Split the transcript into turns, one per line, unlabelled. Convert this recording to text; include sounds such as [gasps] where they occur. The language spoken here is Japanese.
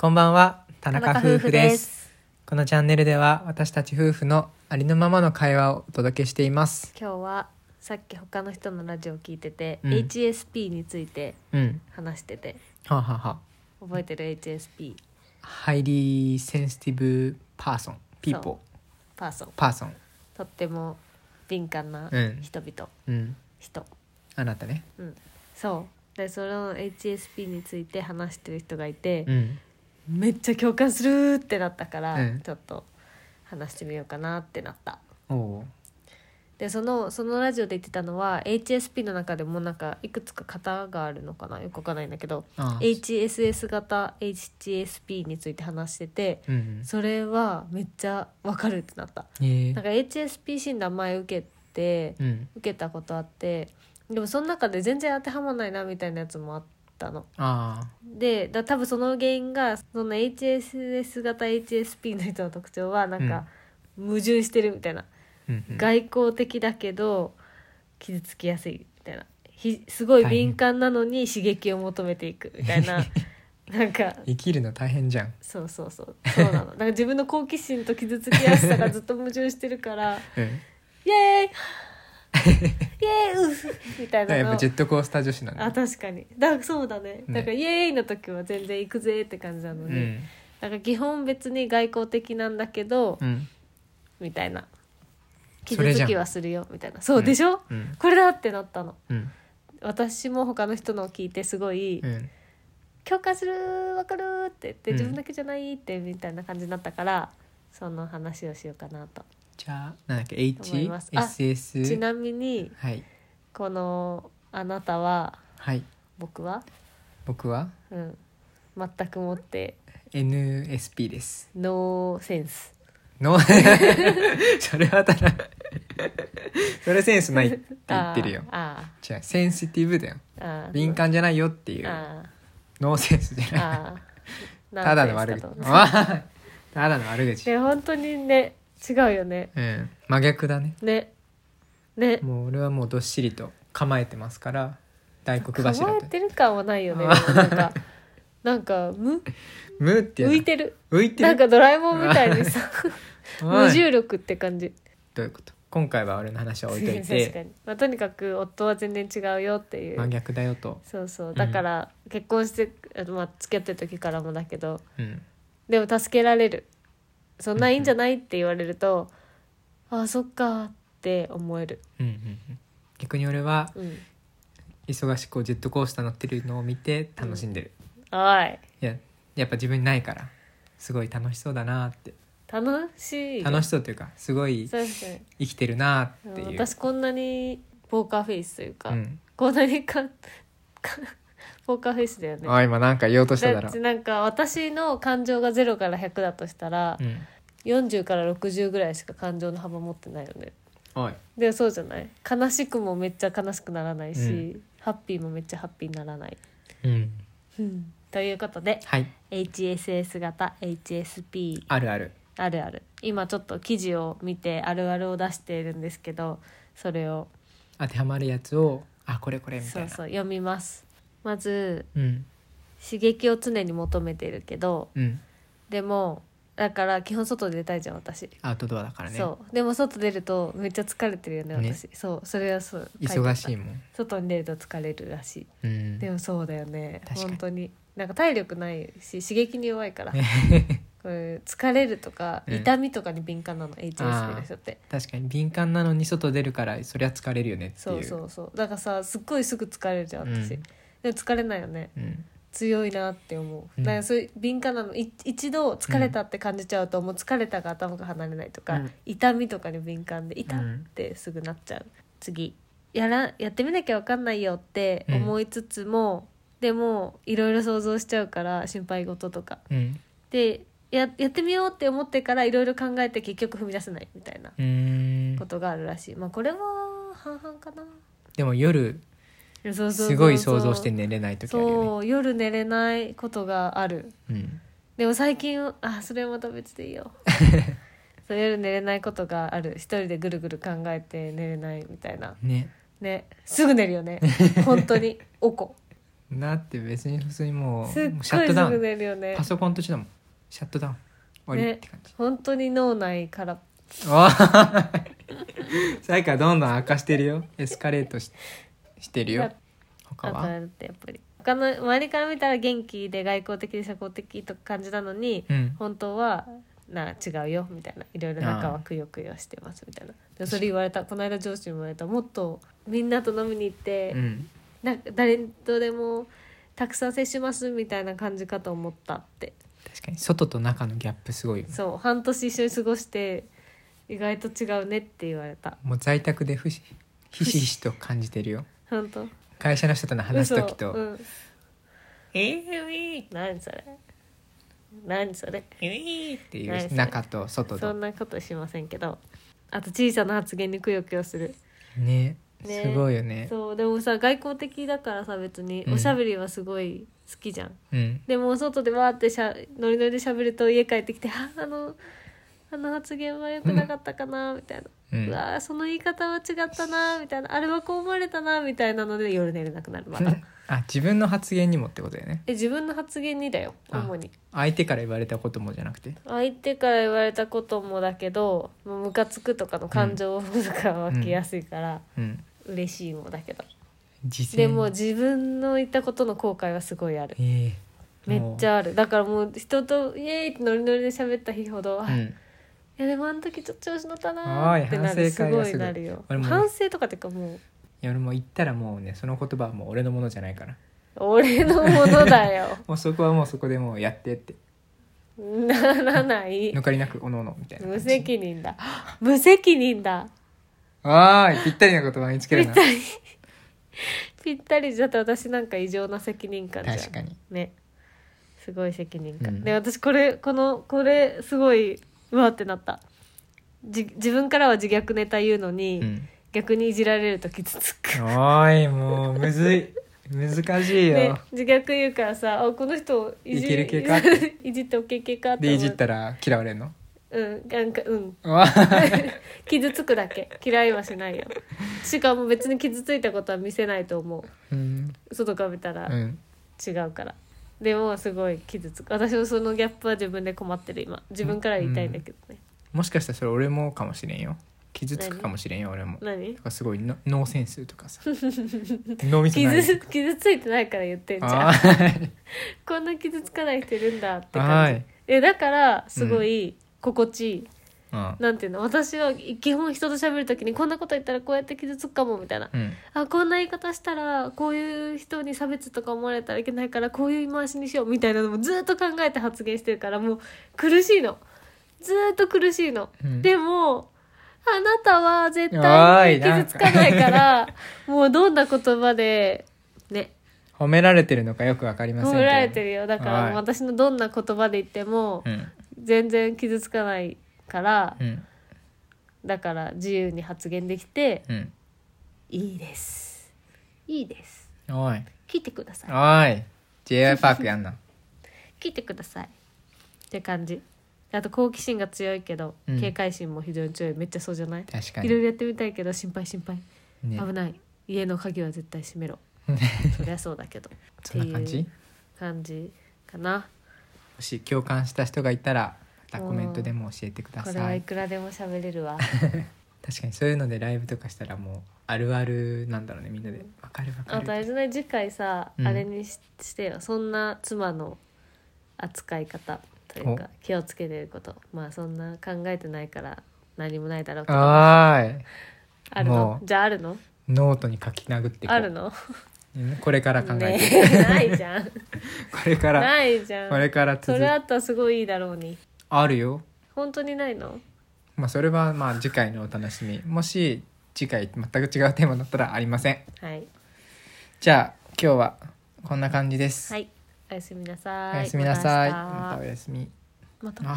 こんばんは、田中夫婦です。
す。
このチャンネルでは私たち夫婦のありのままの会話をお届けしています。
今日はさっき他の人のラジオ聞いてて、
うん
HSP について
うん。
話してて
はあ、はあは
覚えてる HSP
あ、ハイリーセンシティブパーソン、ピーポー
そ、パーソン
パーソン。
とっても敏感な
うん
人々、
うん。
人、
あなたね。
うん、そうでその HSP について話してる人がいて
う、ん。
めっちゃ共感するってなったから、
うん
ちょっと話してみようかなってなった。
おお
でそのそのラジオで言ってたのは HSP の中でもなんかいくつか型があるのかなよくわかんないんだけど
ー。ああ。
HSS 型 HTSP について話してて
うん。
それはめっちゃわかるってなった
えー
なんか HSP 診断前受けて
うん。
受けたことあってでもその中で全然当てはまんないなみたいなやつもあったの
ああ。
でだ多分その原因がその HSS 型 HSP の人の特徴はなんか矛盾してるみたいな、
うん、うん。
外交的だけど傷つきやすいみたいなひすごい敏感なのに刺激を求めていくみたいななんか
生きるの大変じゃん。
そうそうそうそうなのだから自分の好奇心と傷つきやすさがずっと矛盾してるから
うん。
「イエーイ!
[laughs]
イエーイ!うふ」みた
だから
いな
やっ
の
ぱジェットコースター女子なん
あ
だ。
確かにだそうだね
ね
だから「イエーイ!」の時は全然行くぜって感じな
う
のに、
ん。
だから基本別に外交的なんだけど、
うん。
みたいな
そ
傷
れじゃ
つ
ん
きはするよみたいなそうでしょ、
うん。
これだってなったの。
うん。
私も他の人のを聞いてすごい
うん。
「共感するわかる」って言って
うん
自分だけじゃないってみたいな感じになったから、その話をしようかなと。
じゃあ、なんだっけ、
思いますあ
HSS。
ちなみに
はい。
この「あなたは
はい。
僕は、
僕は
うん、全くもって
NSP です。
ノーセンス
の
[laughs]
それはただそれセンスないって」言ってるよ
あ
違うセンシティブだよ
ーあー
敏感じゃないよっていう
あ
ノーセンスじゃ [laughs]
ー
ない
あー
ただの悪
ナンセ
口
ンスと思う
あただの悪口
で本当にね違うよね
うん真逆だね
ねね
もう俺はもうどっしりと構えてますから大黒柱
構え
と
てる感はないよね
あ
でもなんかなんか
[laughs]
無
ムーってやつ
浮いてる
浮いてる
なんかドラえもんみたいにさ
[laughs] おい
無重力って感じ
どういうこと今回は俺の話は置いとい
[laughs] 確か
て
に、まあ、とにかく夫は全然違うよってい
真
う
逆だよと
そうそうだから結婚して、あのまあ、付き合ってる時からもだけど
うん
でも助けられるそんないいんじゃないって言われるとああそっかって思える、
うんうんうん逆に俺は
うん、
忙しくジェットコースター乗ってるのを見て楽しんでる、
おい
いややっぱ自分にないからすごい楽しそうだなって
楽しい
楽
し
しそうというかすごい
確
生きてるなっ
か
て
に
いう
私こんなにポーカーフェイスというか、
うん、
こんなにかかポーカーフェイスだよね
あ今なんか言おうとしただ
だ
ろ
ってなんか私の感情が0から100だとしたら、
うん
40から60ぐらいしか感情の幅持ってないよね
おい
でもそうじゃない悲しくもめっちゃ悲しくならないし、
うん
ハッピーもめっちゃハッピーにならない、
うん
うんということで
はい
HSS 型 HSP
あるある
あるある今ちょっと記事を見てあるあるを出しているんですけどそれを
当てはまるやつをあこれこれみた
そ
いうな
そう読みますまず
うん
刺激を常に求めてるけど
うん
でもだから基本外出たいじゃん私、
アウトドアだからね
そうでも外出るとめっちゃ疲れてるよね
ね
私そうそれはそう
忙しい
書てあっ
もん
た外に出ると疲れるらしい、
うん
でもそうだよね
確かに
本当になんか体力ないし刺激に弱いから、
ね
これ疲れるとか、
うん
痛みとかに敏感なの HSP の人って
[laughs] 確かに敏感なのに外出るからそりゃ疲れるよねっていう
そうそうそうだからさすっごいすぐ疲れるじゃん私、
うん
でも疲れないよね
うん
強いなって思う、
うん
だからそういう敏感なのい一度疲れたって感じちゃうと、もう疲れたが頭が離れないとか、
うん
痛みとかに敏感で痛ってすぐなっちゃう、次やらやってみなきゃ分かんないよって思いつつも、でもいろいろ想像しちゃうから心配事とか
うん
でややってみようって思ってからいろいろ考えて結局踏み出せないみたいな
うーん
ことがあるらしい、まあこれは半々かな
でも夜
そうそうそうそう
すごい想像して寝れない時あるよね
そう夜寝れないことがある
うん
でも最近あそれはまた別でい
[laughs]
いよそう夜寝れないことがある一人でぐるぐる考えて寝れないみたいな
ね
ねすぐ寝るよね本当におこ
だって別に普通にもう
すっ
もうシャ
ご
ッ
い
ト
す
ダウ
ぐ
ン
寝るよね
パソコンとしてだもんシャットダウン終わり
ね
って感 [laughs] じ、
本当に脳内から
おーさやかどんどん悪化してるよエスカレートししてるよ他
あと
は
あれってやっぱり他の周りから見たら元気で外交的で社交的とか感じなのに、
うん
本当はな違うよみたいないろいろ仲はくよくよしてますみたいなでそれ言われたこの間上司にも言われたもっとみんなと飲みに行って、
うん
なんか誰とでもたくさん接しますみたいな感じかと思ったって
確かに外と中のギャップすごいよね
そう半年一緒に過ごして意外と違うねって言われた
もう在宅でふしひしひしと感じてるよ
本当
会社の人との話す時と、
嘘うん、
えー、
何それ何それ
えーって
ナイ
いう
ス
中と外
そ
と
んなことしませんけどあと小さな発言にくよくよする
ね
ね
すごいよね
そうでもさ外交的だからさ別に
うん
おしゃべりはすごい好きじゃん、
うん
でも外でわーってしゃノリノリでしゃべると家帰ってきて「ああのあの発言は良くなかったかな」みたいな「
う
うんわーその言い方は違ったな」みたいな「あれはこう思われたな」みたいなので夜寝れなくなるまた
[laughs] あ自分の発言にもってことだよね
え自分の発言にだよ
あ
主に
相手から言われたこともじゃなくて
相手から言われたこともだけどもうムカつくとかの感情とか湧きやすいから、
うん
嬉しいもだけど
実
でも自分の言ったことの後悔はすごいある
ええ
めっちゃあるだからもう人とイエーイってノリノリで喋った日ほど、
もう
あ
う
い
ん
やでもあの時ちょっと調子乗ったなーって
おい
なる
反省
す
会は
ご
すごい
いなるよ
俺も
反省とかっていうかもう
いや俺もう言ったらもうねその言葉はもう俺のものじゃないから
俺のもの
[laughs]
だよ
もうそこはもうそこでもうやってって
ならない
抜かりなくおのおのみたいな
無責任だ [gasps] 無責任だ
あーいぴったりな言葉見つけ
ぴ
る
っ
な
たり [laughs] ぴったりだって私なんか異常な責任感じゃん
確かに
ねすごい責任感、
うん
で私これこのこれすごいうわってなったじ自分からは自虐ネタ言うのに、
うん
逆にいじられると傷つく、
おーいもうむずい難しいよ、
で自虐言うからさあこの人いじ
いける系か
いじって OK 系かって
で
思う
いじったら嫌われるの
うんなんかうん
わー
傷つくだけ嫌いはしないよしかも別に傷ついたことは見せないと思
うん
う外から見たら、
うん
違うからでもすごい傷つく私もそのギャップは自分で困ってる今自分から言いたいんだけどね、
もしかしたらそれ俺もかもしれんよ傷つくかもしれんよ俺も
何
とかすごいのノーセンスとか
[laughs]
さ脳みそない
傷つ傷ついてないから言ってんじゃ
あ
ん
ー
こんな傷つかない人いるんだって
は
感じ
い
えだからすごい心地いい、
うん
なんていうの私は基本人と喋る時にこんなこと言ったらこうやって傷つくかもみたいな、
うん
あこんな言い方したらこういう人に差別とか思われたらいけないからこういう言い回しにしようみたいなのもずっと考えて発言してるからもう苦しいのずっと苦しいの、
うん
でもあなたは絶
お
対
い
に
なん
傷
か
つかないからもうどんな言葉でね
褒められてるのかよくわかりません
褒
けど
められてるよだから
はい
もう私のどんな言葉で言っても
うん
全然傷つかないから、
うん
だから自由に発言できて
うん
いいですいいです
おい
聞いてください
おい j i パークやんな
聞いてくださいって感じあと好奇心が強いけど、
うん
警戒心も非常に強いめっちゃそうじゃない
確か
いろいろ
に
やってみたいけど心配心配、
ね
危ない家の鍵は絶対閉
[laughs]
めろそりゃそうだけど
そんな感
ってい
じ
う感じかな
もし共感した人がいたらまたコメントでも教えてくだ
これは
さ
い
い
くらでも喋れるわ
確かにそういうのでライブとかしたらもうあるあるなんだろうねみんなでわかるわか
あとあれ
る
じゃない次回さ、
うん
あれにししてよそんな妻の扱い方というか気をつけてることまあそんな考えてないから何もないだろうけどあ
あーい
るの
もう
じゃああるの
ノートに書き殴ってこう
あるの
うんこれから考えて
ねえ [laughs] ないじゃん
これから
ないじゃ
これ
ん
から
そ
続
れあ
く
ったらすごいいいだろうに
あるよ
本当にないの
まあそれはまあ次回のお楽しみもし次回全く違うテーマだったらありません
はい
じゃあ今日はこんな感じです、
はいおやすみなさい
おやすみなさい
ま
ま
た
た
[laughs] 明
おやすみ
日また
あ